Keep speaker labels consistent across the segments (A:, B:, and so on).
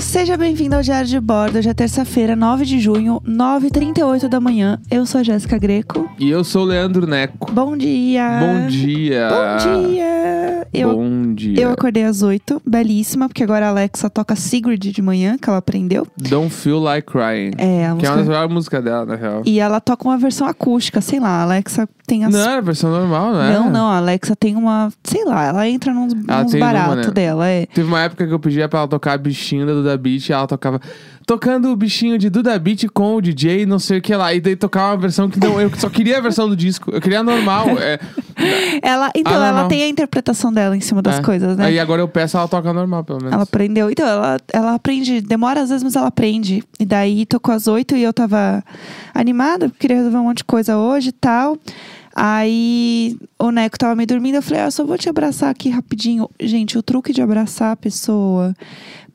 A: Seja bem-vindo ao Diário de Bordo. Hoje é terça-feira, 9 de junho, 9h38 da manhã. Eu sou a Jéssica Greco.
B: E eu sou o Leandro Neco.
A: Bom dia!
B: Bom dia!
A: Ah, Bom dia! Eu,
B: Bom dia.
A: eu acordei às 8, belíssima, porque agora a Alexa toca Sigrid de manhã, que ela aprendeu.
B: Don't Feel Like Crying.
A: É, a
B: que é
A: música.
B: uma das melhores músicas dela, na real.
A: E ela toca uma versão acústica, sei lá. A Alexa tem as.
B: Não, era a versão normal, né?
A: não, não, a Alexa tem uma. Sei lá, ela entra nos,
B: Ela
A: nos
B: tem uma,
A: baratos
B: né?
A: dela. É.
B: Teve uma época que eu pedia pra ela tocar a bichinha da Duda Beat e ela tocava... Tocando o bichinho de Duda Beat com o DJ, não sei o que lá. E daí tocar uma versão que não... Eu só queria a versão do disco. Eu queria a normal. É,
A: Ela, então,
B: Ah, não,
A: ela
B: não.
A: tem a interpretação dela em cima das
B: é.
A: coisas, né?
B: Aí agora eu peço ela toca a normal, pelo menos.
A: Ela aprendeu. Então, ela, ela aprende, demora às vezes, mas ela aprende. E daí tocou às oito e eu tava animada, porque queria resolver um monte de coisa hoje e tal. Aí o Neco tava meio dormindo, eu falei, ah, eu só vou te abraçar aqui rapidinho. Gente, o truque de abraçar a pessoa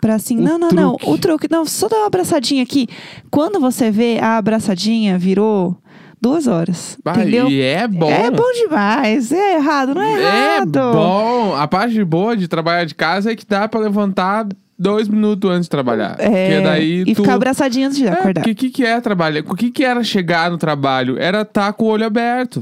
A: pra assim,
B: O
A: não, não, não,
B: truque.
A: o truque, não, só dá uma abraçadinha aqui. Quando você vê a abraçadinha, virou duas horas.
B: Bah,
A: entendeu?
B: E é bom.
A: É bom demais, é errado, não é,
B: É
A: errado.
B: bom. A parte boa de trabalhar de casa é que dá pra levantar dois minutos antes de trabalhar.
A: É,
B: Porque daí
A: e
B: tu...
A: ficar abraçadinha antes de
B: É,
A: acordar.
B: porque o que, que é trabalhar? O que, que era chegar no trabalho? Era estar com o olho aberto.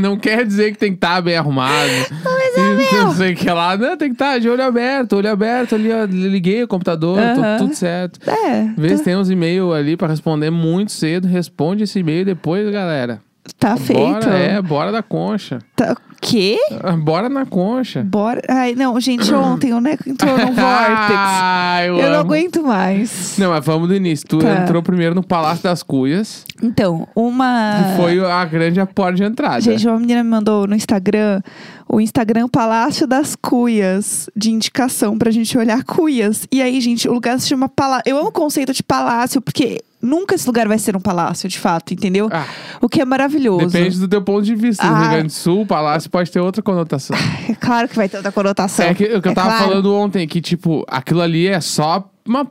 B: não quer dizer que tem que estar bem arrumado.
A: ah,
B: Não, não sei o que lá. Não, tem que estar de olho aberto, olho aberto ali, ó, liguei o computador, tu-
A: Aham.
B: tudo certo.
A: É,
B: Vê se
A: tá-
B: tem uns e-mail ali pra responder muito cedo. Responde esse e-mail depois, galera.
A: tá feito.
B: Bora, é, bora da concha.
A: Tá, quê?
B: Ah, Bora na concha.
A: Bora. Ai, não, gente, ontem o Neco entrou num vórtex.
B: Ah, eu,
A: Eu não
B: amo.
A: aguento mais.
B: Não, mas vamos do início. Tu
A: Tá.
B: entrou primeiro no Palácio das Cuias,
A: Então, uma.
B: que foi a grande porta de entrada.
A: Gente, uma menina me mandou no Instagram o Instagram Palácio das Cuias, de indicação pra gente olhar cuias. E aí, gente, o lugar se chama Palácio. Eu amo o conceito de palácio, porque nunca esse lugar vai ser um palácio, de fato, entendeu?
B: Ah,
A: O que é maravilhoso.
B: depende do teu ponto de vista. No
A: Ah.
B: Rio Grande do Sul, o palácio pode ter outra conotação.
A: É claro que vai ter outra conotação.
B: É que, o que eu tava
A: claro.
B: falando ontem, que, tipo, aquilo ali é só uma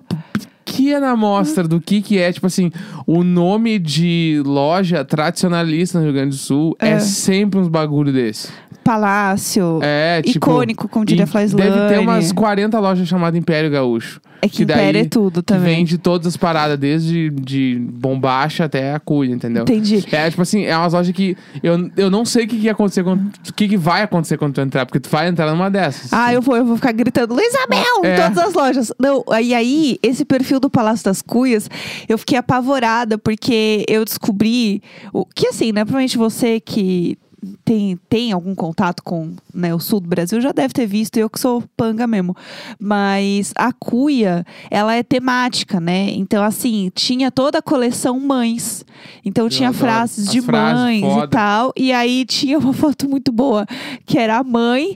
B: pequena amostra do que que é, tipo assim, o nome de loja tradicionalista no Rio Grande do Sul é,
A: É.
B: sempre uns bagulho desse.
A: Palácio.
B: É, tipo...
A: icônico, como diria
B: e
A: Flyslane.
B: Deve ter umas 40 lojas chamadas Império Gaúcho.
A: É que,
B: que daí-
A: império é tudo também.
B: Que vende todas as paradas, desde de bombacha até a cuia, entendeu?
A: Entendi.
B: É tipo assim, é umas lojas que eu, eu não sei o que, que ia acontecer quando- o que, que vai acontecer quando tu entrar, porque tu vai entrar numa dessas.
A: Ah, eu vou, eu vou ficar gritando, Luizabel,
B: É.
A: em todas as lojas. Não, e aí, esse perfil do Palácio das Cuias, eu fiquei apavorada, porque eu descobri o, que, assim, né, provavelmente você que tem, tem algum contato com né, o sul do Brasil já deve ter visto, eu que sou panga mesmo. Mas a cuia, ela é temática, né? Então, assim, tinha toda a coleção mães. Então, tinha
B: adoro.
A: frases
B: As
A: de
B: frases,
A: mães e
B: foda.
A: tal. E aí tinha uma foto muito boa, que era a mãe,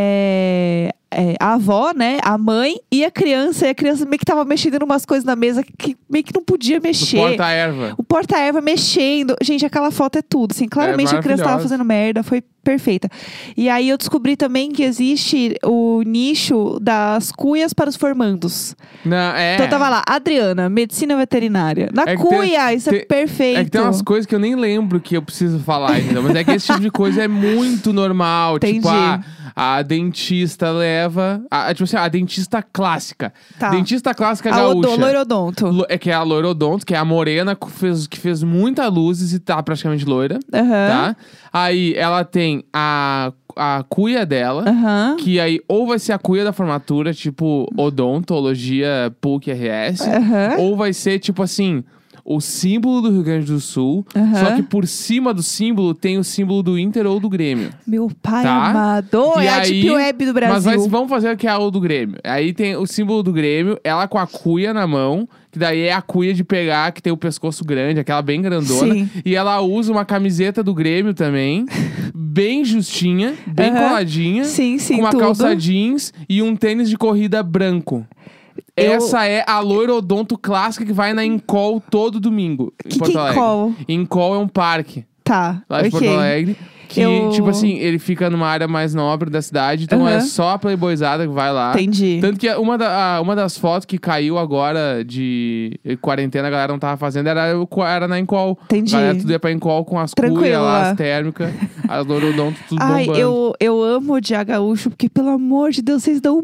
A: é, é, a avó, né? A mãe e a criança. E a criança meio que tava mexendo em umas coisas na mesa que meio que não podia
B: Do
A: mexer.
B: Tipo, porta-erva.
A: O porta-erva mexendo. Gente, aquela foto é tudo. Assim, claramente a criança tava
B: maravilhosa.
A: fazendo merda, foi perfeita. E aí eu descobri também que existe o nicho das cuias para os formandos.
B: Não, é.
A: Então tava lá, Adriana, medicina veterinária. Na
B: É que tem-
A: cuia, isso é
B: tem-
A: perfeito.
B: É que tem umas coisas que eu nem lembro que eu preciso falar ainda, mas é que esse tipo de coisa é muito normal.
A: Entendi.
B: Tipo, a, a dentista leva. A, a- tipo assim, a dentista clássica.
A: Tá.
B: Dentista clássica
A: A
B: gaúcha.
A: odolorodonto.
B: Lo- É que é a loirodonto, que é a morena que fez, que fez muita luzes e tá praticamente loira,
A: Aham.
B: tá? Aí ela tem a, a cuia dela,
A: Aham.
B: que aí ou vai ser a cuia da formatura, tipo odontologia PUC RS,
A: Aham.
B: ou vai ser tipo assim, o símbolo do Rio Grande do Sul,
A: Aham.
B: só que por cima do símbolo tem o símbolo do Inter ou do Grêmio.
A: Meu pai
B: Tá.
A: amado.
B: E
A: é a Deep
B: aí-
A: Web do
B: Mas
A: Brasil.
B: nós vamos fazer o que é o do Grêmio. Aí tem o símbolo do Grêmio, ela com a cuia na mão, que daí é a cuia de pegar, que tem o pescoço grande, aquela bem grandona.
A: Sim.
B: E ela usa uma camiseta do Grêmio também, bem justinha, bem
A: Aham.
B: coladinha,
A: Sim, sim,
B: com uma
A: tudo.
B: calça jeans e um tênis de corrida branco.
A: Eu-
B: Essa é a loirodonto clássica que vai na Incol todo domingo. em
A: Que
B: Porto
A: que é
B: Alegre.
A: Incol?
B: Incol é um parque
A: Tá,
B: lá de
A: ok.
B: Porto Alegre. que,
A: Eu-
B: tipo assim, ele fica numa área mais nobre da cidade, então
A: Aham.
B: é só a playboyzada que vai lá.
A: Entendi.
B: Tanto que uma, da- a- uma das fotos que caiu agora de quarentena, a galera não tava fazendo, era, o- era na Encol.
A: Entendi.
B: A galera tudo ia pra Encol com as
A: Tranquila.
B: cuias lá, as térmicas, as lorodontos, tudo
A: Ai,
B: bombando.
A: eu, eu amo o Dia Gaúcho, porque, pelo amor de Deus, vocês dão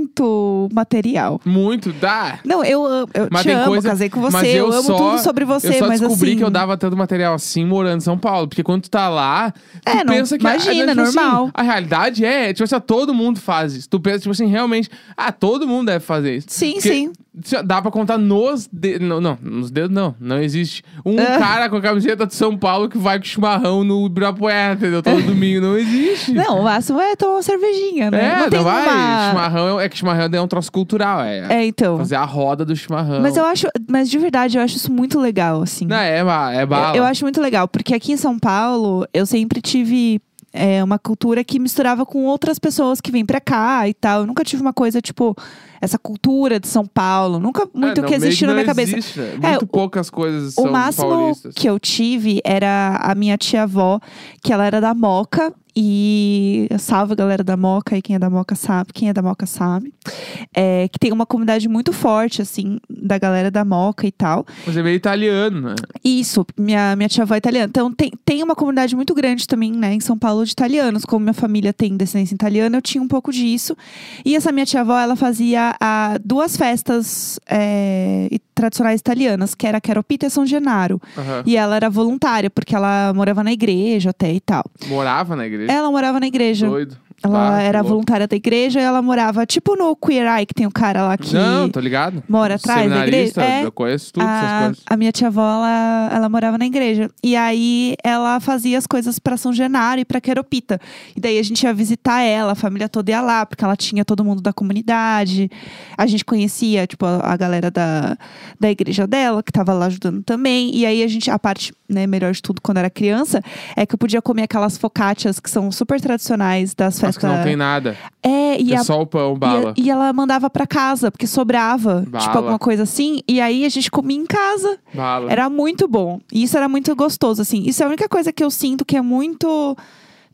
A: muito material.
B: Muito, dá.
A: Não, eu amo. Eu
B: Mas
A: te
B: tem
A: amo,
B: coisa-
A: casei com
B: mas
A: você, eu,
B: eu
A: amo
B: só-
A: tudo sobre você,
B: Eu só
A: mas
B: descobri
A: assim.
B: que eu dava tanto material assim morando em São Paulo. Porque quando tu tá lá, tu
A: É, não-
B: pensa que...
A: imagina,
B: tipo assim,
A: normal.
B: a realidade é, tipo assim, ó, todo mundo faz isso. Tu pensa, tipo assim, realmente, ah, todo mundo deve fazer isso.
A: Sim,
B: Porque
A: sim.
B: se- Dá pra contar nos dedos. Não, não, nos dedos não. Não existe. Um
A: Ah.
B: cara com a camiseta de São Paulo que vai com chimarrão no Ibirapuera, entendeu? Todo domingo. Não existe.
A: Não, o máximo é tomar uma cervejinha, né?
B: É,
A: não tem
B: vai.
A: uma...
B: Chimarrão é, é que chimarrão é um troço cultural, é.
A: É, então.
B: Fazer a roda do chimarrão.
A: Mas eu acho, mas de verdade, eu acho isso muito legal, assim.
B: Não, é, ba- é bala.
A: Eu, eu acho muito legal, porque aqui em São Paulo eu sempre tive é, uma cultura que misturava com outras pessoas que vêm pra cá e tal. Eu nunca tive uma coisa, tipo, essa cultura de São Paulo. Nunca muito
B: É, não,
A: que existiu na
B: meio
A: minha
B: que não
A: cabeça.
B: existe, né?
A: É,
B: Muito
A: o-
B: poucas coisas
A: O
B: são
A: máximo
B: paulistas.
A: que eu tive era a minha tia-avó, que ela era da Moca. E salve a galera da Moca, e quem é da Moca sabe, quem é da Moca sabe. É, que tem uma comunidade muito forte, assim, da galera da Moca e tal.
B: Mas é meio italiano, né?
A: Isso, minha, minha tia avó é italiana. Então tem, tem uma comunidade muito grande também, né, em São Paulo de italianos. Como minha família tem descendência italiana, eu tinha um pouco disso. E essa minha tia avó, ela fazia ah, duas festas eh, e- tradicionais italianas, que era Queropita e São Genaro.
B: Aham.
A: E ela era voluntária, porque ela morava na igreja até e tal.
B: Morava na igreja. tá
A: Ela morava na igreja.
B: Doido.
A: Ela
B: Bah,
A: era
B: louco.
A: voluntária da igreja e ela morava, tipo no Queer Eye, que tem o cara lá que
B: Não, tô ligado.
A: mora atrás da
B: Seminarista,
A: igreja. É,
B: eu conheço tudo, essas
A: a,
B: coisas.
A: a minha tia avó, ela, ela morava na igreja. E aí ela fazia as coisas pra São Genaro e pra Queropita. E daí a gente ia visitar ela, a família toda ia lá, porque ela tinha todo mundo da comunidade. A gente conhecia, tipo, a, a galera da, da igreja dela, que tava lá ajudando também. E aí a gente, a parte, né, melhor de tudo, quando era criança, é que eu podia comer aquelas focaccias que são super tradicionais das
B: Acho
A: festas.
B: que não tem nada.
A: É, e
B: é
A: a
B: só o pão,
A: e a-
B: bala.
A: E, ela mandava pra casa, porque sobrava, tipo
B: Bala.
A: alguma coisa assim. E aí a gente comia em casa.
B: Bala.
A: Era muito bom. E isso era muito gostoso, assim. Isso é a única coisa que eu sinto que é muito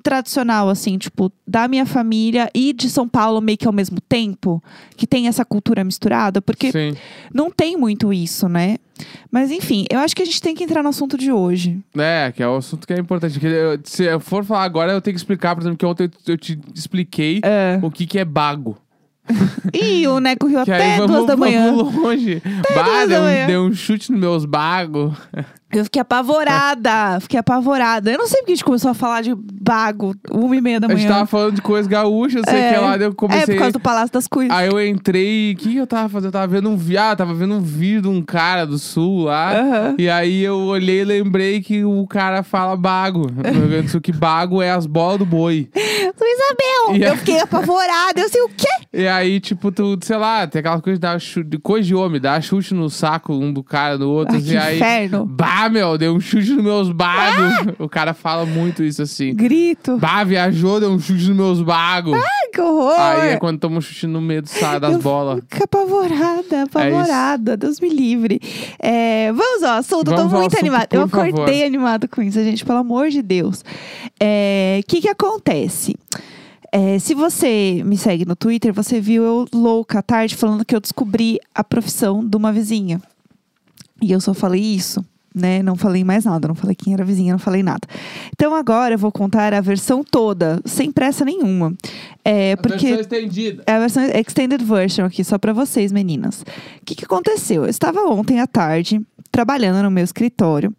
A: tradicional, assim, tipo, da minha família e de São Paulo meio que ao mesmo tempo, que tem essa cultura misturada, porque
B: Sim.
A: não tem muito isso, né? Mas enfim, eu acho que a gente tem que entrar no assunto de hoje.
B: É, que é o assunto que é importante. Que eu- se eu for falar agora, eu tenho que explicar, por exemplo, que ontem eu te expliquei
A: É.
B: o que, que é bago.
A: Ih, o Neco riu
B: Que
A: até
B: aí vamos,
A: duas da manhã.
B: vamos longe. Bah,
A: duas da
B: deu,
A: manhã.
B: um, deu um chute nos meus bagos.
A: Eu fiquei apavorada, fiquei apavorada. Eu não sei porque a gente começou a falar de bago, uma e meia da
B: A gente
A: manhã.
B: tava falando de coisa gaúcha, eu sei
A: É.
B: que lá, daí eu comecei.
A: É, por causa do Palácio das Cuias.
B: Aí eu entrei, o que que eu tava fazendo? Eu tava vendo um vídeo, ah, tava vendo um vídeo de um cara do sul lá.
A: Aham.
B: E aí eu olhei e lembrei que o cara fala bago. No Rio Grande do Sul, que bago é as bolas do boi.
A: Isabel!
B: E a-
A: Eu fiquei apavorada. Eu sei o quê?
B: E aí, tipo, tu, sei lá, tem aquela coisa de dar chute, de coisa de homem, dar chute no saco um do cara do outro.
A: Ai,
B: assim,
A: Ah, que
B: aí,
A: inferno. Ah!
B: Bah, meu, deu um chute nos meus bagos. O cara fala muito isso assim.
A: Grito.
B: Bah, viajou, deu um chute nos meus bagos.
A: Ai, que horror!
B: Aí é quando toma um chute no meio do sa- das
A: Eu
B: bolas.
A: Fico
B: É
A: apavorada, apavorada. Deus me livre. É, vamos ao assunto. eu tô
B: Vamos ao
A: muito
B: assunto,
A: animada.
B: por
A: Eu acordei
B: favor.
A: animado com isso, gente. Pelo amor de Deus. É, O que que acontece? É, se você me segue no Twitter, você viu eu louca à tarde falando que eu descobri a profissão de uma vizinha. E eu só falei isso, né? Não falei mais nada, não falei quem era a vizinha, não falei nada. Então agora eu vou contar a versão toda, sem pressa nenhuma. É, porque
B: estendida.
A: é a versão extended version aqui, só pra vocês, meninas. O que, que aconteceu? Eu estava ontem à tarde trabalhando no meu escritório.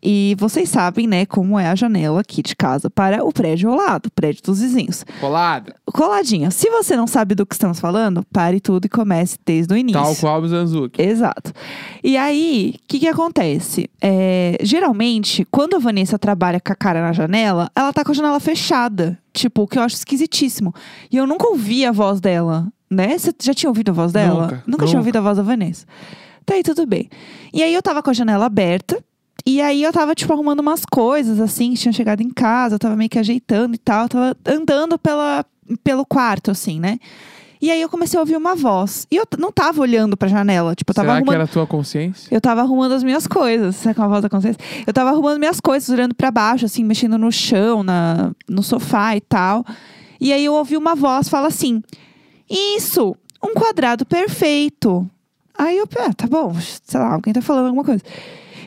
A: E vocês sabem, né, como é a janela aqui de casa para o prédio ao lado, o prédio dos vizinhos.
B: Colada.
A: Coladinha, se você não sabe do que estamos falando, pare tudo e comece desde o início.
B: Tal qual o Zanzuki.
A: Exato. E aí, o que, que acontece? É, geralmente, quando a Vanessa trabalha com a cara na janela, ela tá com a janela fechada. Tipo, o que eu acho esquisitíssimo. E eu nunca ouvi a voz dela, né? Você já tinha ouvido a voz dela?
B: Nunca,
A: tinha
B: nunca.
A: ouvido a voz da Vanessa. Tá aí, tudo bem. E aí eu tava com a janela aberta. E aí eu tava, tipo, arrumando umas coisas, assim, que tinha chegado em casa, eu tava meio que ajeitando e tal, eu tava andando pela, pelo quarto, assim, né? E aí eu comecei a ouvir uma voz. E eu t- não tava olhando pra janela. Tipo, eu tava
B: Será
A: arrumando.
B: que era a tua consciência?
A: Eu tava arrumando as minhas coisas. Sabe com a voz da consciência? Eu tava arrumando minhas coisas, olhando pra baixo, assim, mexendo no chão, na, no sofá e tal. E aí eu ouvi uma voz falar assim: Isso, um quadrado perfeito. Aí eu, ah, tá bom, sei lá, alguém tá falando alguma coisa.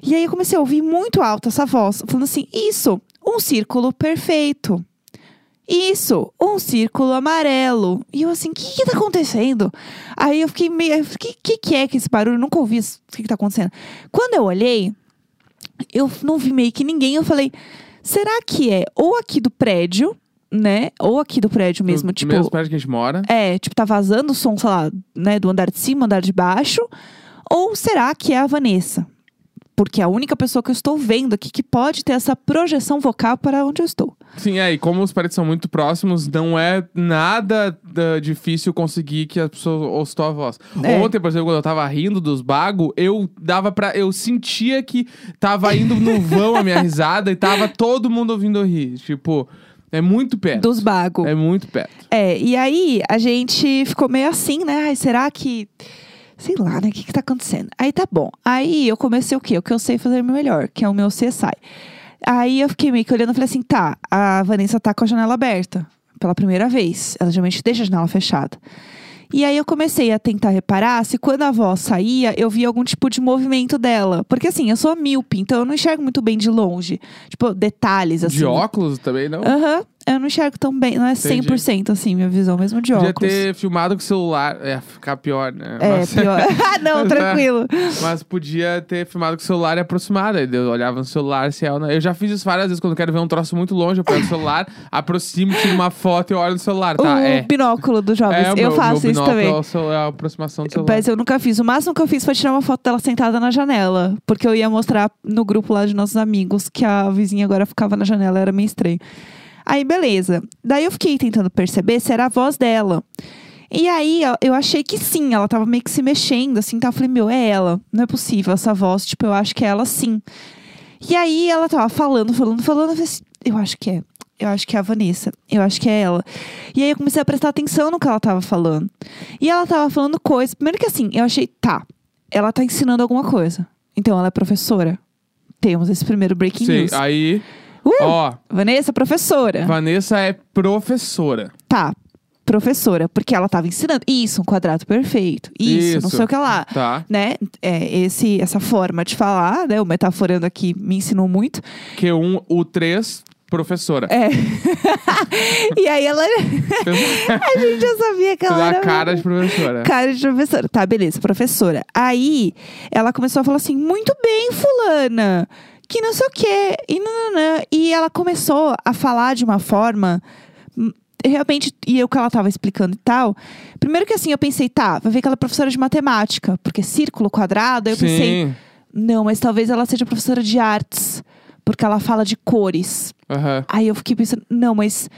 A: E aí eu comecei a ouvir muito alto essa voz, falando assim: Isso, um círculo perfeito. Isso, um círculo amarelo. E eu assim, o que que tá acontecendo? Aí eu fiquei meio, o que, que que é que esse barulho? Eu nunca ouvi isso, o que que tá acontecendo? Quando eu olhei, eu não vi meio que ninguém, eu falei, será que é ou aqui do prédio, né? Ou aqui do prédio mesmo,
B: Do
A: tipo...
B: Mesmo prédio que a gente mora.
A: É, tipo, tá vazando o som, sei lá, né, do andar de cima, andar de baixo. Ou será que é a Vanessa? Porque é a única pessoa que eu estou vendo aqui que pode ter essa projeção vocal para onde eu estou.
B: Sim, é, e como os prédios são muito próximos, não é nada ah, difícil conseguir que as pessoas ouçam tua voz.
A: É.
B: Ontem, por exemplo, quando eu tava rindo dos bagos, eu dava pra. Eu sentia que tava indo no vão a minha risada e tava todo mundo ouvindo eu rir. Tipo, é muito perto.
A: Dos bagos.
B: É muito perto.
A: É, e aí a gente ficou meio assim, né? Ai, será que. Sei lá, né? O que, que tá acontecendo? Aí tá bom. Aí eu comecei o quê? O que eu sei fazer melhor, que é o meu CSI. Aí eu fiquei meio que olhando e falei assim: tá, a Vanessa tá com a janela aberta pela primeira vez. Ela geralmente deixa a janela fechada. E aí eu comecei a tentar reparar se quando a avó saía, eu via algum tipo de movimento dela. Porque assim, eu sou míope, então eu não enxergo muito bem de longe. Tipo, detalhes, assim.
B: De óculos também, não?
A: Aham. Eu não enxergo tão bem. Não é
B: Então, Entendi.
A: 100% assim, minha visão, mesmo de
B: Podia
A: óculos.
B: ter filmado com o celular. É, ficar pior, né?
A: É,
B: Nossa.
A: pior. ah, não,
B: Mas,
A: tranquilo.
B: Mas podia ter filmado com o celular e aproximado. Aí eu olhava no celular se é ou não. Eu já fiz isso várias vezes. Quando eu quero ver um troço muito longe, eu pego o celular, aproximo, tiro uma foto e olho no celular. Tá,
A: o
B: é.
A: binóculo do jovens.
B: é, o
A: eu
B: meu-
A: faço
B: meu
A: isso
B: binóculo
A: também.
B: É, o celu- é a aproximação do celular.
A: Mas eu nunca fiz. O máximo que eu fiz foi tirar uma foto dela sentada na janela. Porque eu ia mostrar no grupo lá de nossos amigos que a vizinha agora ficava na janela, era meio estranho. Aí, beleza. Daí eu fiquei tentando perceber se era a voz dela. E aí eu- eu achei que sim, ela tava meio que se mexendo, assim, tá? Eu falei, meu, é ela. Não é possível essa voz, tipo, eu acho que é ela sim. E aí ela tava falando, falando, falando, eu falei assim, eu acho que é. Eu acho que é a Vanessa. Eu acho que é ela. E aí eu comecei a prestar atenção no que ela tava falando. E ela tava falando coisas. Primeiro que assim, eu achei, tá, ela tá ensinando alguma coisa. Então ela é professora. Temos esse primeiro breaking
B: Sim,
A: news.
B: aí,
A: Uh!
B: ó,
A: Vanessa, professora.
B: Vanessa é professora.
A: Tá, professora, porque ela tava ensinando. Isso, um quadrado perfeito. Isso, não
B: Isso.
A: sei o que lá.
B: Tá.
A: Né? É, esse, essa forma de falar, né? O metaforando aqui me ensinou muito.
B: Q1, U3, um, professora.
A: É. e aí ela. a gente já sabia que ela
B: Dá
A: era.
B: a cara de professora.
A: É, Cara de professora. Tá, beleza, professora. Aí ela começou a falar assim: muito bem, fulana. Que não sei o quê. E, nananã. e ela começou a falar de uma forma. hum, Realmente, e eu que ela tava explicando e tal. Primeiro que assim, eu pensei, tá, vai ver que ela é professora de matemática, porque é círculo, quadrado, aí eu
B: Sim.
A: pensei, não, mas talvez ela seja professora de artes, porque ela fala de cores.
B: Aham.
A: Aí eu fiquei pensando, não, mas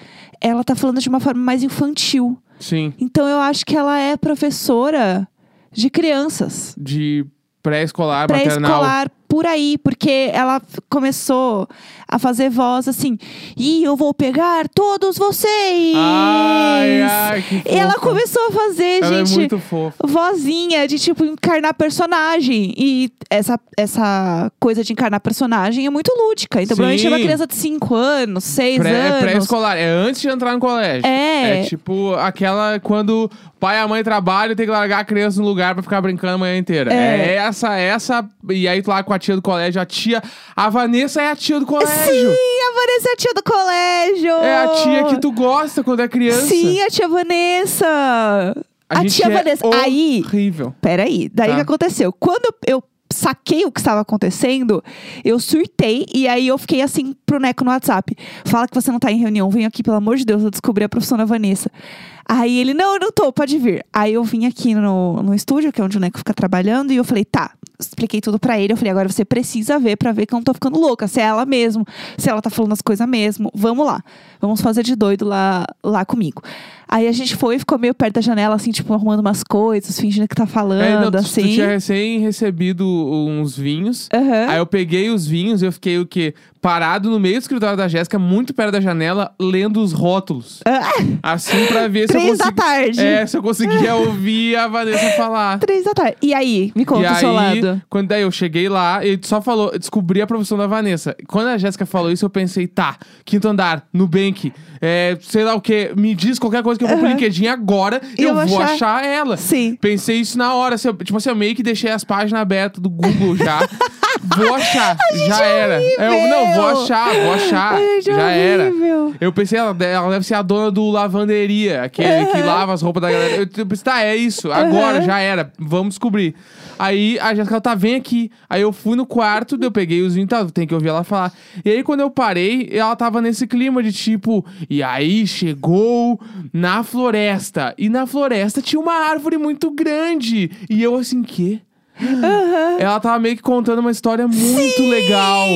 A: ela tá falando de uma forma mais infantil.
B: Sim.
A: Então eu acho que ela é professora de crianças.
B: De pré-escolar, É maternal.
A: Pré-escolar por aí, porque ela f- começou a fazer voz assim. E eu vou pegar todos vocês!
B: Ai, ai, que
A: E ela
B: fofa.
A: começou a fazer,
B: Ela
A: gente.
B: é muito fofa.
A: Vozinha de tipo encarnar personagem. E essa, essa coisa de encarnar personagem é muito lúdica. Então,
B: Sim.
A: provavelmente é uma criança de 5 anos, 6
B: Pré- é
A: anos.
B: pré-escolar, é antes de entrar no colégio.
A: É.
B: tipo aquela quando o pai e a mãe trabalham e tem que largar a criança no lugar pra ficar brincando a manhã inteira.
A: É.
B: essa, essa. E aí tu lá com a tia do colégio, a tia. A Vanessa é a tia do colégio.
A: Sim, a Vanessa é a tia do colégio!
B: É a tia que tu gosta quando é criança.
A: Sim, a tia Vanessa.
B: a,
A: A,
B: gente
A: tia
B: é
A: Vanessa. Aí,
B: Horrível.
A: peraí. Daí o
B: Tá.
A: que aconteceu? Quando eu saquei o que estava acontecendo, eu surtei e aí eu fiquei assim pro Neco no WhatsApp. Fala que você não tá em reunião, vem aqui, pelo amor de Deus, eu descobri a profissão da Vanessa. Aí ele, não, eu não tô, pode vir. Aí eu vim aqui no, no estúdio, que é onde o Neco fica trabalhando, e eu falei, tá. Expliquei tudo pra ele. Eu falei, agora você precisa ver pra ver que eu não tô ficando louca. Se é ela mesmo, se ela tá falando as coisas mesmo. Vamos lá. Vamos fazer de doido lá, lá comigo. Aí a gente foi e ficou meio perto da janela, assim, tipo, arrumando umas coisas, fingindo que tá falando,
B: É, não, tu, tu
A: assim.
B: tinha recém recebido uns vinhos.
A: Aham.
B: Aí eu peguei os vinhos e eu fiquei o quê? Parado no meio do escritório da Jéssica, muito perto da janela, lendo os rótulos. Assim pra ver se eu
A: Três da
B: conseguia.
A: tarde.
B: É, se eu conseguia ouvir a Vanessa falar.
A: Três da tarde. E aí, me conta
B: e
A: o seu
B: aí,
A: lado.
B: quando daí eu cheguei lá, ele só falou, descobri a profissão da Vanessa. Quando a Jéssica falou isso, eu pensei, tá, quinto andar, Nubank, é, sei lá o que, me diz qualquer coisa que eu vou pro LinkedIn agora,
A: E
B: eu,
A: eu
B: vou
A: achar-
B: achar ela.
A: Sim.
B: Pensei isso na hora, assim, eu- tipo assim, eu meio que deixei as páginas abertas do Google já. vou achar, já era. É, Eu, não, vou
A: é horrível.
B: achar, vou achar,
A: Ai, gente,
B: já era.
A: horrível.
B: Eu pensei, ela, de- ela deve ser a dona do lavanderia, que, que lava as roupas da galera. Eu, eu pensei, tá, é isso, agora, já era, vamos descobrir. Aí a Jéssica, ela tá, vem aqui. Aí eu fui no quarto, daí eu peguei os vinhos, tá, tem que ouvir ela falar. E aí quando eu parei, ela tava nesse clima de tipo, e aí chegou na floresta. E na floresta tinha uma árvore muito grande. E eu assim, quê? Ela tava meio que contando uma história muito legal.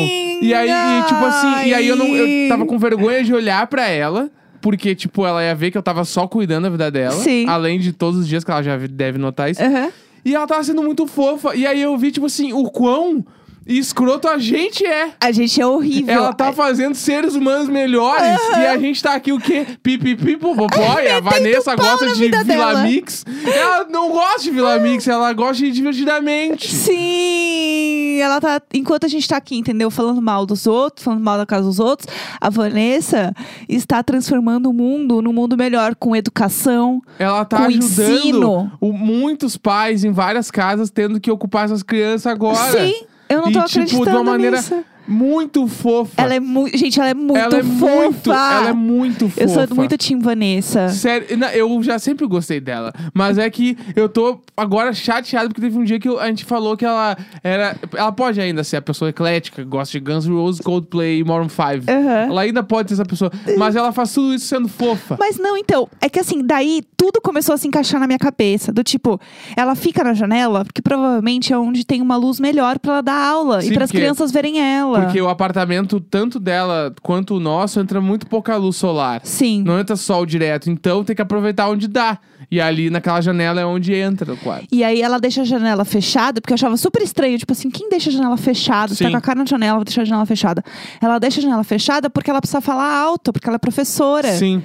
B: E aí, e, tipo assim, e aí eu não. Eu tava com vergonha de olhar pra ela. Porque, tipo, ela ia ver que eu tava só cuidando da vida dela.
A: Sim.
B: Além de todos os dias que ela já deve notar isso.
A: Aham.
B: E ela tava sendo muito fofa. E aí eu vi, tipo assim, o quão escroto a gente é.
A: A gente é horrível.
B: Ela tá fazendo seres humanos melhores e a gente tá aqui o quê? Pipipi, popopói. A Vanessa
A: pau
B: gosta
A: na
B: de
A: vida
B: Vila
A: dela.
B: Mix. Ela não gosta de Vila Mix, ela gosta de divertidamente.
A: É. Sim! Ela tá. Enquanto a gente tá aqui, entendeu? Falando mal dos outros, falando mal da casa dos outros, a Vanessa está transformando o mundo num mundo melhor, com educação.
B: Ela tá
A: Com
B: ajudando
A: ensino.
B: o- muitos pais em várias casas tendo que ocupar essas crianças agora.
A: Sim, eu não
B: e,
A: tô
B: tipo,
A: acreditando
B: de uma maneira
A: nisso.
B: muito fofa.
A: Ela é muito. Gente, ela é muito
B: Ela é
A: fofa.
B: muito, ela é muito fofa.
A: eu sou muito Team Vanessa.
B: Sério, não, eu já sempre gostei dela. Mas é que eu tô agora chateado porque teve um dia que eu- a gente falou que ela era. Ela pode ainda ser a pessoa eclética, gosta de Guns N' Roses, Coldplay e Maroon 5.
A: Aham.
B: Ela ainda pode ser essa pessoa. Mas ela faz tudo isso sendo fofa.
A: Mas não, então, é que assim, daí tudo começou a se encaixar na minha cabeça. Do tipo, ela fica na janela, porque provavelmente é onde tem uma luz melhor pra ela dar aula
B: Sim,
A: e para as
B: porque-
A: crianças verem ela.
B: Porque o apartamento, tanto dela quanto o nosso, entra muito pouca luz solar.
A: Sim.
B: Não entra sol direto. Então tem que aproveitar onde dá. E ali naquela janela é onde entra o quadro.
A: E aí ela deixa a janela fechada, porque eu achava super estranho, tipo assim, quem deixa a janela fechada? Você
B: Sim.
A: Tá com a cara na janela, vou deixar a janela fechada. Ela deixa a janela fechada porque ela precisa falar alto, porque ela é professora.
B: Sim,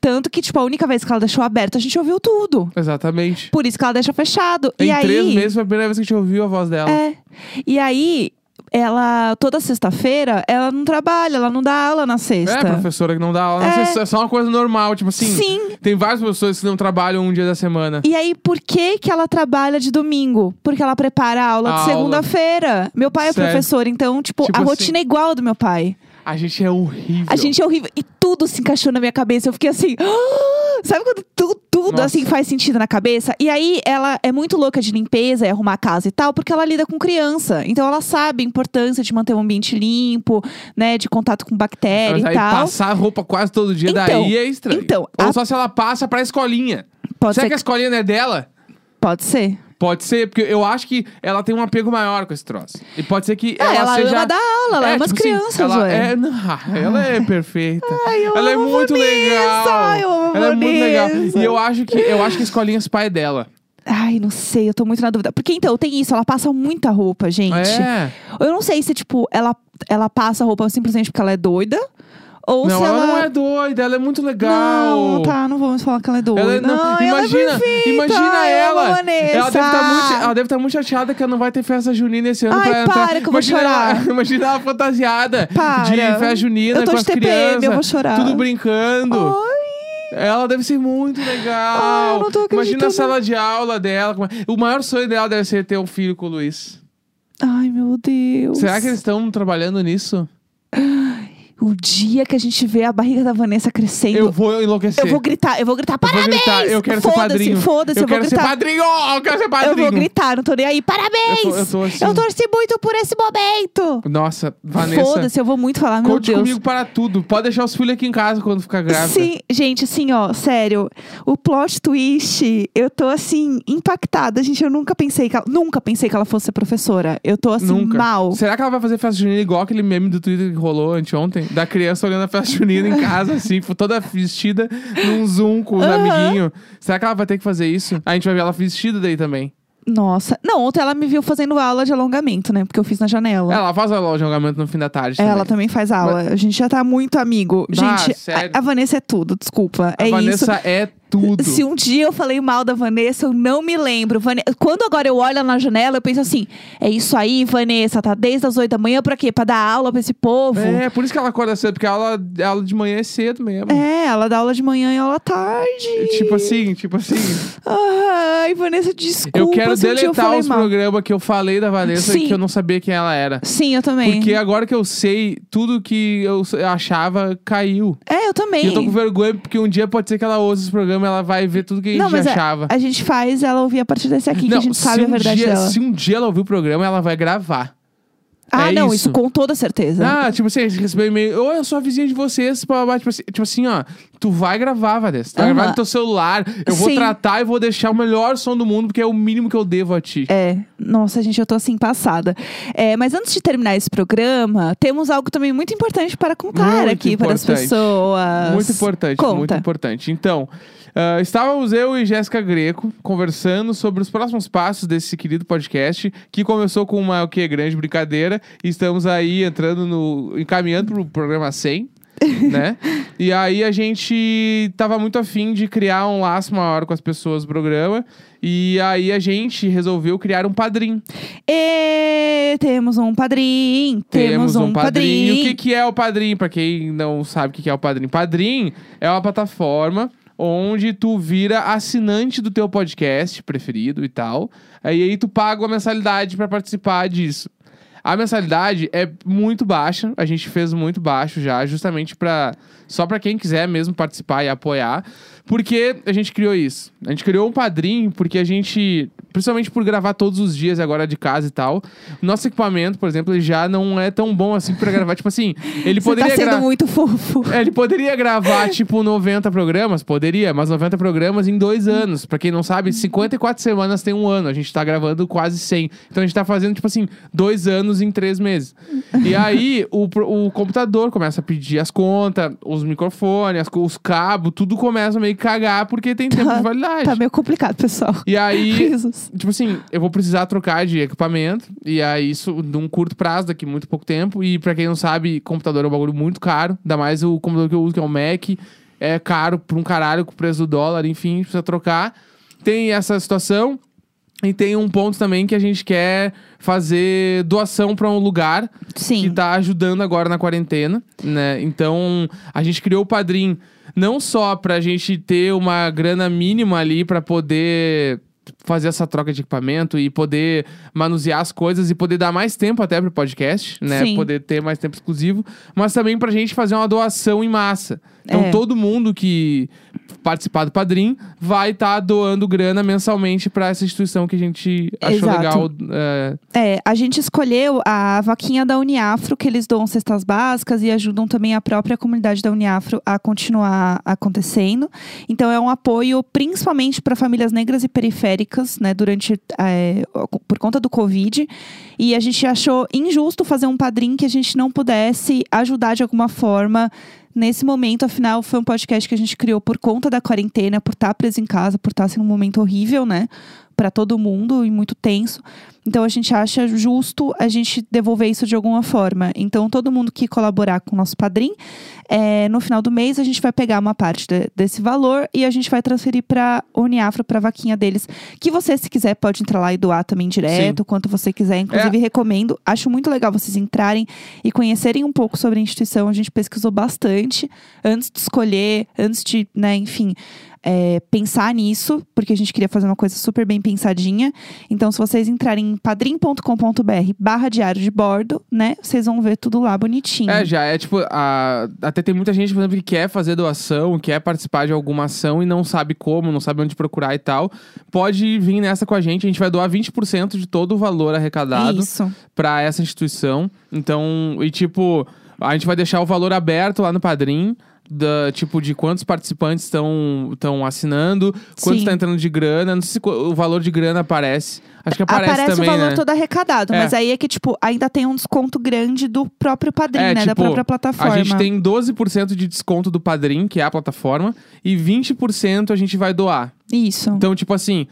A: Tanto que, tipo, a única vez que ela deixou aberta, a gente ouviu tudo.
B: exatamente.
A: Por isso que ela deixa fechado.
B: em
A: e aí,
B: três meses foi a primeira vez que a gente ouviu a voz dela.
A: É. E aí, ela, toda sexta-feira, ela não trabalha, ela não dá aula na sexta.
B: É, professora que não dá aula.
A: É.
B: Não sei, é só uma coisa normal, tipo assim.
A: Sim.
B: Tem várias pessoas que não trabalham um dia da semana.
A: E aí, por que que ela trabalha de domingo? Porque ela prepara a aula
B: A
A: de
B: aula.
A: segunda-feira. Meu pai é
B: Sério?
A: professor, então, tipo,
B: Tipo
A: a
B: assim-
A: rotina é igual a do meu pai.
B: A gente é horrível.
A: A gente é horrível. E tudo se encaixou na minha cabeça. Eu fiquei assim. "Ah!" Sabe quando tu- tudo
B: Nossa.
A: assim faz sentido na cabeça? E aí ela é muito louca de limpeza e arrumar a casa e tal, porque ela lida com criança. Então ela sabe a importância de manter o ambiente limpo, né? De contato com bactéria
B: Mas
A: e
B: aí
A: tal.
B: passar roupa quase todo dia
A: Então,
B: daí é estranho.
A: então,
B: Ou
A: a-
B: só se ela passa pra escolinha.
A: Pode
B: Será
A: ser
B: que a escolinha não é dela?
A: Pode ser.
B: Pode ser, porque eu acho que ela tem um apego maior com esse troço. E pode ser que
A: Ah,
B: ela,
A: ela
B: seja...
A: ama dar aula, ela
B: é,
A: ama as
B: tipo assim,
A: crianças,
B: ela
A: ué.
B: é, não, Ela é perfeita.
A: Ai, eu
B: ela é
A: amo a
B: muito
A: Vanessa,
B: legal.
A: eu amo a
B: ela é muito legal.
A: Vanessa.
B: E eu acho que eu acho que a escolinha é pai dela.
A: Ai, não sei, eu tô muito na dúvida. Porque então, tem isso, ela passa muita roupa, gente.
B: É.
A: Eu não sei se, tipo, ela, ela passa roupa simplesmente porque ela é doida. Ou
B: não,
A: se
B: ela
A: ela.
B: não é doida, ela é muito legal.
A: Não, tá, não vamos falar que ela é doida.
B: Ela, não,
A: não, ela é
B: imagina,
A: perfeita.
B: imagina
A: Ai, eu amo
B: ela.
A: a Vanessa.
B: Ela deve tá muito, ela deve estar muito chateada que ela não vai ter festa junina esse ano
A: Ai,
B: pra entrar.
A: para que eu vou
B: imagina,
A: chorar.
B: Ela, imagina ela fantasiada
A: Para.
B: de festa junina
A: Eu tô de
B: com as
A: TPM,
B: crianças.
A: eu vou chorar.
B: Tudo brincando.
A: Ai.
B: Ela deve ser muito legal.
A: Ai, Ah, eu não tô
B: Imagina a
A: acreditando.
B: sala de aula dela. como é- O maior sonho dela deve ser ter um filho com o Luiz.
A: Ai, meu Deus.
B: Será que eles estão trabalhando nisso?
A: O dia que a gente vê a barriga da Vanessa crescendo.
B: Eu vou enlouquecer.
A: eu vou gritar, eu vou gritar,
B: Eu vou
A: parabéns!
B: gritar, eu quero ser
A: Foda-se,
B: padrinho.
A: Foda-se,
B: eu,
A: eu, vou
B: quero ser
A: gritar.
B: padrinho. Oh, Eu quero ser
A: Eu
B: padrinho.
A: vou gritar, não tô nem aí. Parabéns!
B: Eu tô- eu tô assim.
A: Eu torci muito por esse momento!
B: Nossa, Vanessa.
A: Foda-se, eu vou muito falar, meu
B: Conte
A: Deus.
B: comigo para tudo. Pode deixar os filhos aqui em casa quando ficar grávida.
A: Sim, gente, assim, ó, sério. O plot twist, eu tô assim, impactada. Gente, eu nunca pensei que ela, nunca pensei que ela fosse ser professora. Eu tô assim,
B: Nunca.
A: mal.
B: Será que ela vai fazer festa junina igual aquele meme do Twitter que rolou anteontem? da criança olhando a festa junina em casa, assim, toda vestida num Zoom com os amiguinhos. Será que ela vai ter que fazer isso? A gente vai ver ela vestida daí também.
A: Nossa. Não, ontem ela me viu fazendo aula de alongamento, né? Porque eu fiz na janela.
B: Ela faz o alongamento no fim da tarde.
A: Ela, tá-
B: Também.
A: também faz aula. A gente já tá muito amigo.
B: Bah,
A: gente, a-
B: sério.
A: A, Vanessa é tudo, desculpa.
B: A
A: é isso.
B: Vanessa é tudo.
A: Se um dia eu falei mal da Vanessa, eu não me lembro. Vane- Quando agora eu olho na janela, eu penso assim: é isso aí, Vanessa, tá desde as oito da manhã pra quê? Pra dar aula pra esse povo?
B: É, por isso que ela acorda cedo, porque ela aula de manhã é cedo mesmo.
A: É, ela dá aula de manhã e aula à tarde.
B: Tipo assim, tipo assim.
A: Ai, Vanessa, desculpa.
B: eu quero
A: se um dia eu
B: deletar
A: falei
B: os
A: mal.
B: programas que eu falei da Vanessa
A: Sim.
B: e que eu não sabia quem ela era.
A: Sim, eu também.
B: Porque agora que eu sei, tudo que eu s- achava caiu.
A: É, eu também.
B: E eu tô com vergonha, porque um dia pode ser que ela ouça esse programa ela vai ver tudo que a gente
A: Não, mas a-
B: achava.
A: A, gente faz ela ouvir a partir desse aqui, que a
B: não,
A: gente
B: se
A: sabe a
B: um
A: verdade
B: dia,
A: dela.
B: Se um dia ela ouvir o programa, ela vai gravar.
A: ah,
B: é
A: não, isso.
B: isso.
A: com toda certeza.
B: Ah, tipo assim, a gente recebeu e-mail. Ô, eu sou a vizinha de vocês. blá, blá, blá. Tipo assim, tipo assim, ó. Tu vai gravar, Vanessa. Tu vai
A: Aham.
B: gravar no teu celular. Eu vou
A: Sim.
B: tratar e vou deixar o melhor som do mundo, porque é o mínimo que eu devo a ti.
A: É, nossa, gente, eu tô assim passada. É, mas antes de terminar esse programa, temos algo também muito importante para contar
B: Muito
A: aqui para as
B: importante.
A: pessoas.
B: Muito importante,
A: Conta.
B: muito importante. Então, ah, estávamos eu e Jéssica Greco conversando sobre os próximos passos desse querido podcast, que começou com uma o que grande brincadeira, e estamos aí entrando no encaminhando pro programa 100. né? E aí a gente tava muito afim de criar um laço maior com as pessoas do programa. E aí a gente resolveu criar um padrinho.
A: E temos um padrinho, temos, um
B: E o
A: padrinho.
B: que, que é o padrinho? Pra quem não sabe o que, que é o padrinho, padrinho é uma plataforma onde tu vira assinante do teu podcast preferido e tal. Aí, aí tu paga uma mensalidade pra participar disso. A mensalidade é muito baixa, a gente fez muito baixo já, justamente para só pra quem quiser mesmo participar e apoiar. Porque a gente criou isso. A gente criou um padrinho porque a gente, principalmente por gravar todos os dias agora de casa e tal, nosso equipamento, por exemplo, ele já não é tão bom assim pra gravar, tipo assim, ele
A: Você tá
B: poderia
A: sendo
B: gra-
A: muito fofo.
B: é, ele poderia gravar, tipo, 90 programas? Poderia, mas 90 programas em dois anos. Pra quem não sabe, 54 semanas tem um ano. A gente tá gravando quase 100. Então a gente tá fazendo, tipo assim, dois anos em três meses. E aí o, pro- o computador começa a pedir as contas, os microfones, as co- os cabos, tudo começa a meio que cagar porque tem tempo de validade.
A: Tá meio complicado, pessoal.
B: E aí,
A: Risos.
B: Tipo assim, eu vou precisar trocar de equipamento. E aí, isso num curto prazo, daqui muito pouco tempo. E pra quem não sabe, computador é um bagulho muito caro. Ainda mais o computador que eu uso, que é o Mac. É caro pra um caralho com o preço do dólar, enfim, precisa trocar. Tem essa situação. E tem um ponto também que a gente quer fazer doação pra um lugar que
A: Sim.
B: tá ajudando agora na quarentena, né? Então, a gente criou o Padrim não só pra gente ter uma grana mínima ali pra poder fazer essa troca de equipamento e poder manusear as coisas e poder dar mais tempo até pro podcast, né?
A: Sim.
B: Poder ter mais tempo exclusivo, mas também pra gente fazer uma doação em massa. Então,
A: É.
B: todo mundo que participar do Padrim vai estar doando grana mensalmente pra essa instituição que a gente achou
A: Exato.
B: legal é,
A: É, a gente escolheu a vaquinha da Uniafro, que eles doam cestas básicas e ajudam também a própria comunidade da Uniafro a continuar acontecendo. Então é um apoio principalmente para famílias negras e periféricas, né, durante é, por conta do Covid. E a gente achou injusto fazer um padrinho que a gente não pudesse ajudar de alguma forma nesse momento, afinal, foi um podcast que a gente criou por conta da quarentena, por estar preso em casa, por estar sendo um momento horrível, né? Pra todo mundo e muito tenso. Então a gente acha justo a gente devolver isso de alguma forma. Então, todo mundo que colaborar com o nosso padrinho, eh, no final do mês, a gente vai pegar uma parte de- desse valor e a gente vai transferir pra Uniafro, pra vaquinha deles. Que você, se quiser, pode entrar lá e doar também direto, quanto você quiser.
B: É.
A: Inclusive, recomendo. Acho muito legal vocês entrarem e conhecerem um pouco sobre a instituição. A gente pesquisou bastante antes de escolher, antes de, né, enfim, é, pensar nisso, porque a gente queria fazer uma coisa super bem pensadinha. Então, se vocês entrarem em padrim.com.br barra diário de bordo, né, vocês vão ver tudo lá bonitinho.
B: É, já é tipo, a- até tem muita gente, por exemplo, que quer fazer doação, quer participar de alguma ação e não sabe como, não sabe onde procurar e tal. Pode vir nessa com a gente, a gente vai doar 20% de todo o valor arrecadado
A: Isso.
B: pra essa instituição. Então, e tipo, a gente vai deixar o valor aberto lá no Padrim. da, tipo, de quantos participantes estão tão assinando, quanto
A: Sim.
B: está entrando de grana. Não sei se co- o valor de grana aparece. Acho que aparece,
A: Aparece
B: também,
A: o valor
B: né?
A: todo arrecadado,
B: É.
A: mas aí é que, tipo, ainda tem um desconto grande do próprio padrinho,
B: É,
A: né? da
B: tipo,
A: própria plataforma.
B: A gente tem 12% de desconto do Padrim, que é a plataforma, e 20% a gente vai doar.
A: Isso.
B: Então, tipo assim,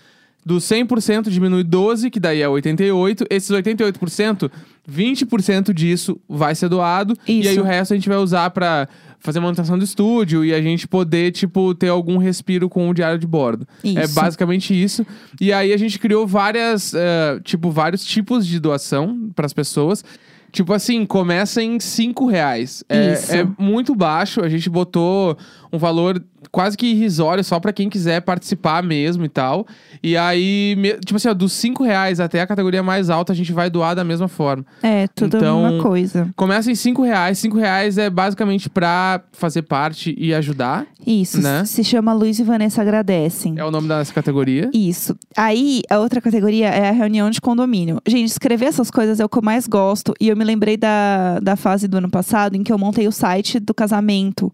B: do 100% diminui 12, que daí é 88. Esses 88%, 20% disso vai ser doado. E
A: Isso.
B: aí o resto a gente vai usar pra fazer manutenção do estúdio e a gente poder, tipo, ter algum respiro com o diário de bordo. É
A: Isso.
B: basicamente isso. E aí a gente criou várias, eh, tipo, vários tipos de doação pras pessoas. Tipo assim, começa em 5 reais. É,
A: Isso.
B: é muito baixo. A gente botou um valor quase que irrisório só pra quem quiser participar mesmo e tal. E aí, me- tipo assim, ó, dos 5 reais até a categoria mais alta, a gente vai doar da mesma forma.
A: É, tudo a
B: Então-
A: mesma coisa.
B: Começa em 5 reais. 5 reais é basicamente pra fazer parte e ajudar.
A: Isso.
B: Né?
A: Se chama Luiz e Vanessa Agradecem.
B: É o nome dessa categoria.
A: Isso. Aí, a outra categoria é a reunião de condomínio. Gente, escrever essas coisas é o que eu mais gosto. E eu me lembrei da, da fase do ano passado em que eu montei o site do casamento.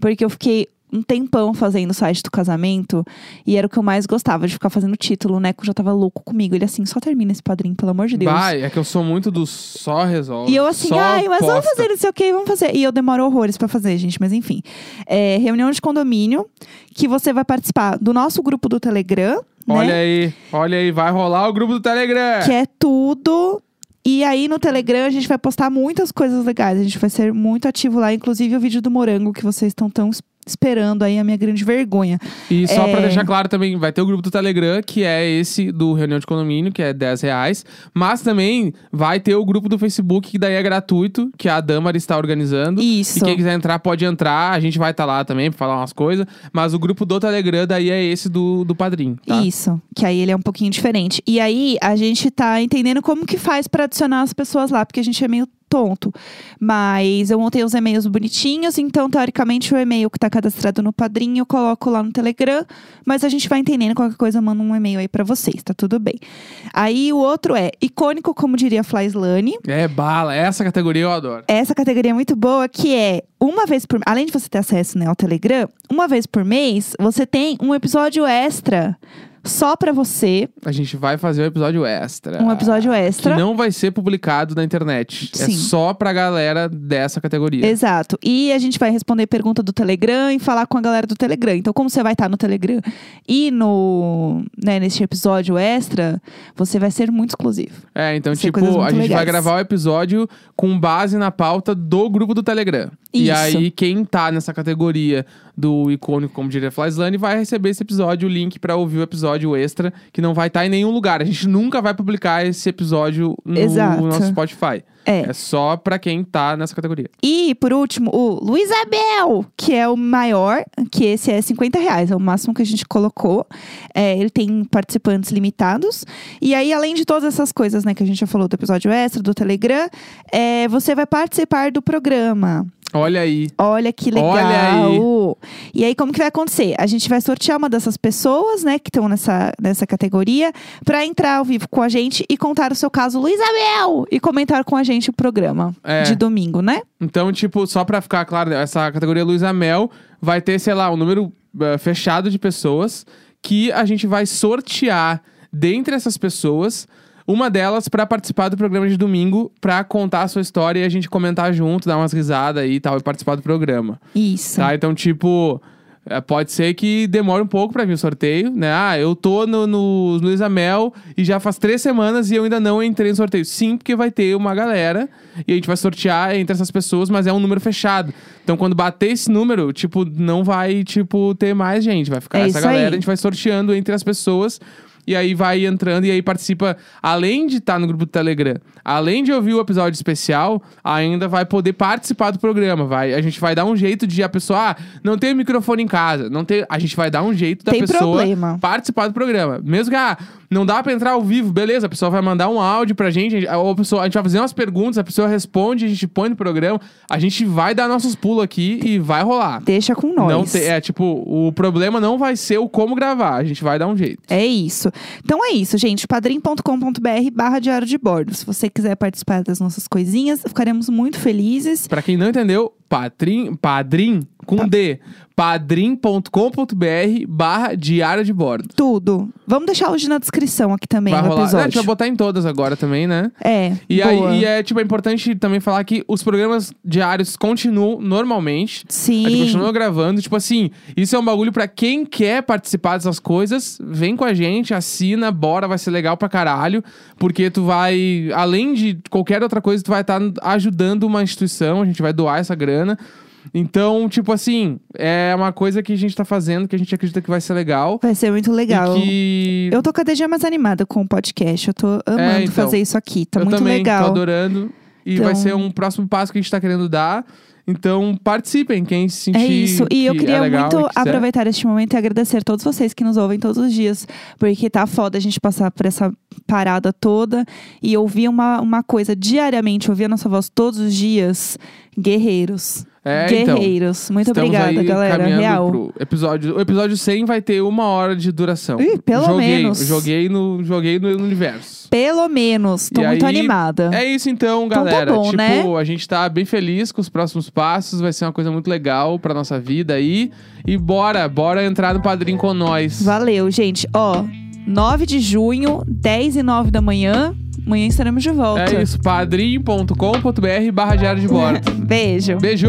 A: Porque eu fiquei um tempão fazendo o site do casamento. E era o que eu mais gostava, de ficar fazendo título. O Neco já tava louco comigo. Ele assim, só termina esse padrinho, pelo amor de Deus.
B: Vai, é que eu sou muito do só resolve.
A: E eu assim,
B: só
A: ai, mas vamos
B: posta.
A: fazer não sei o que, vamos fazer. E eu demoro horrores pra fazer, gente, mas enfim. É, reunião de condomínio, que você vai participar do nosso grupo do Telegram,
B: Olha
A: né?
B: aí, olha aí, vai rolar o grupo do Telegram.
A: Que é tudo. E aí no Telegram a gente vai postar muitas coisas legais. A gente vai ser muito ativo lá, inclusive o vídeo do morango que vocês estão tão es- esperando aí, a minha grande vergonha.
B: E só pra
A: É.
B: deixar claro também, vai ter o grupo do Telegram, que é esse do Reunião de Condomínio, que é 10 reais. Mas também vai ter o grupo do Facebook, que daí é gratuito, que a Damara está organizando.
A: Isso.
B: E quem quiser entrar, pode entrar. A gente vai estar lá também pra falar umas coisas. Mas o grupo do Telegram, daí é esse do, do Padrim. Tá?
A: Isso, que aí ele é um pouquinho diferente. E aí a gente tá entendendo como que faz pra adicionar as pessoas lá, porque a gente é meio tonto. Mas eu montei os e-mails bonitinhos, então teoricamente o e-mail que tá cadastrado no Padrinho eu coloco lá no Telegram, mas a gente vai entendendo qualquer coisa, eu mando um e-mail aí pra vocês, tá tudo bem. Aí o outro é icônico, como diria Fly Slane.
B: É bala, essa categoria eu adoro.
A: Essa categoria é muito boa, que é uma vez por além de você ter acesso né, ao Telegram, uma vez por mês você tem um episódio extra só pra você
B: A gente vai fazer um episódio extra.
A: um episódio extra.
B: Que não vai ser publicado na internet. É
A: Sim.
B: só pra galera dessa categoria.
A: Exato. E a gente vai responder pergunta do Telegram e falar com a galera do Telegram. Então, como você vai estar no Telegram e no, né, neste episódio extra, você vai ser muito exclusivo.
B: É, então,
A: São
B: tipo,
A: coisas
B: a
A: muito
B: gente vai
A: legais.
B: gravar o episódio com base na pauta do grupo do Telegram. E
A: Isso.
B: aí, quem tá nessa categoria do icônico, como diria Flyslane, vai receber esse episódio, o link pra ouvir o episódio extra, que não vai estar em nenhum lugar. A gente nunca vai publicar esse episódio no
A: Exato.
B: nosso Spotify.
A: É.
B: É só pra quem tá nessa categoria.
A: E, por último, o Luiz Abel, que é o maior, que esse é 50 reais, é o máximo que a gente colocou. É, ele tem participantes limitados. E aí, além de todas essas coisas, né, que a gente já falou do episódio extra, do Telegram, é, você vai participar do programa.
B: Olha aí.
A: Olha que legal!
B: Olha
A: E aí, como que vai acontecer? A gente vai sortear uma dessas pessoas, né, que estão nessa, nessa categoria, pra entrar ao vivo com a gente e contar o seu caso, Luiz Abel! E comentar com a gente o programa
B: É.
A: de domingo, né?
B: Então, tipo, só pra ficar claro, essa categoria Luísa Mel vai ter, sei lá, um número eh, fechado de pessoas que a gente vai sortear dentre essas pessoas uma delas pra participar do programa de domingo, pra contar a sua história e a gente comentar junto, dar umas risadas aí e tal, e participar do programa.
A: Isso.
B: Tá? Então, tipo, eh, pode ser que demore um pouco pra vir o sorteio, né? Ah, eu tô no, no Luísa Mel e já faz três semanas e eu ainda não entrei no sorteio. Sim, porque vai ter uma galera e a gente vai sortear entre essas pessoas, mas é um número fechado. Então, quando bater esse número, tipo, não vai, tipo, ter mais gente. Vai ficar
A: É
B: essa
A: isso aí.
B: galera, a gente vai sorteando entre as pessoas. E aí vai entrando e aí participa, além de estar no grupo do Telegram, além de ouvir o episódio especial, ainda vai poder participar do programa. Vai, a gente vai dar um jeito de a pessoa, ah, não tem microfone em casa, não tem, a gente vai dar um jeito da
A: Tem
B: pessoa
A: problema.
B: participar do programa. Mesmo que ah, não dá pra entrar ao vivo, beleza, a pessoa vai mandar um áudio pra gente, a gente- a, pessoa, a gente vai fazer umas perguntas, a pessoa responde, a gente põe no programa, a gente vai dar nossos pulos aqui e vai rolar.
A: Deixa com nós.
B: Não te- é tipo, o problema não vai ser o como gravar, a gente vai dar um jeito.
A: É isso. Então é isso, gente. padrim.com.br barra diário de bordo. Se você quiser participar das nossas coisinhas, ficaremos muito felizes.
B: Pra quem não entendeu, Patrim, padrim com D. padrim.com.br barra diária de bordo.
A: Tudo. Vamos deixar hoje na descrição aqui também
B: Vai
A: o
B: rolar. Né, a gente
A: episódio.
B: vai botar em todas agora também, né?
A: É,
B: E,
A: boa.
B: aí, e é, tipo, é importante também falar que os programas diários continuam normalmente. A gente
A: Sim.
B: continua gravando. Tipo assim, isso é um bagulho pra quem quer participar dessas coisas. Vem com a gente, assina, bora, vai ser legal pra caralho. Porque tu vai, além de qualquer outra coisa, tu vai estar ajudando uma instituição, a gente vai doar essa grana. Então, tipo assim, é uma coisa que a gente tá fazendo, que a gente acredita que vai ser legal.
A: Vai ser muito legal.
B: E que.
A: Eu tô cada dia mais animada com o podcast. Eu tô amando
B: então.
A: fazer isso aqui. Tá
B: eu
A: muito
B: também tô
A: legal.
B: adorando. E
A: Então-
B: vai ser um próximo passo que a gente tá querendo dar. Então, participem, quem se sentir.
A: É isso. E eu
B: que
A: queria
B: é legal e
A: muito
B: quiser.
A: aproveitar este momento e agradecer a todos vocês que nos ouvem todos os dias. Porque tá foda a gente passar por essa parada toda e ouvir uma, uma coisa diariamente, ouvir a nossa voz todos os dias. Guerreiros.
B: É, então.
A: Guerreiros. muito
B: Estamos
A: obrigada,
B: aí
A: galera.
B: caminhando
A: Real.
B: pro episódio. O episódio 100 vai ter uma hora de duração.
A: Ih, pelo
B: joguei,
A: menos.
B: Joguei no, joguei no universo.
A: Pelo menos. Tô
B: E
A: muito
B: aí,
A: animada.
B: É isso então,
A: Então tá
B: galera.
A: bom,
B: tipo,
A: né?
B: a gente tá bem feliz com os próximos passos. Vai ser uma coisa muito legal pra nossa vida aí. E bora, bora entrar no padrinho com nós.
A: Valeu, gente. Ó, 9 de junho, 10 e 9 da manhã. Amanhã estaremos de volta.
B: É isso, padrim.com.br barra diário de bordo.
A: Beijo.
B: Beijo!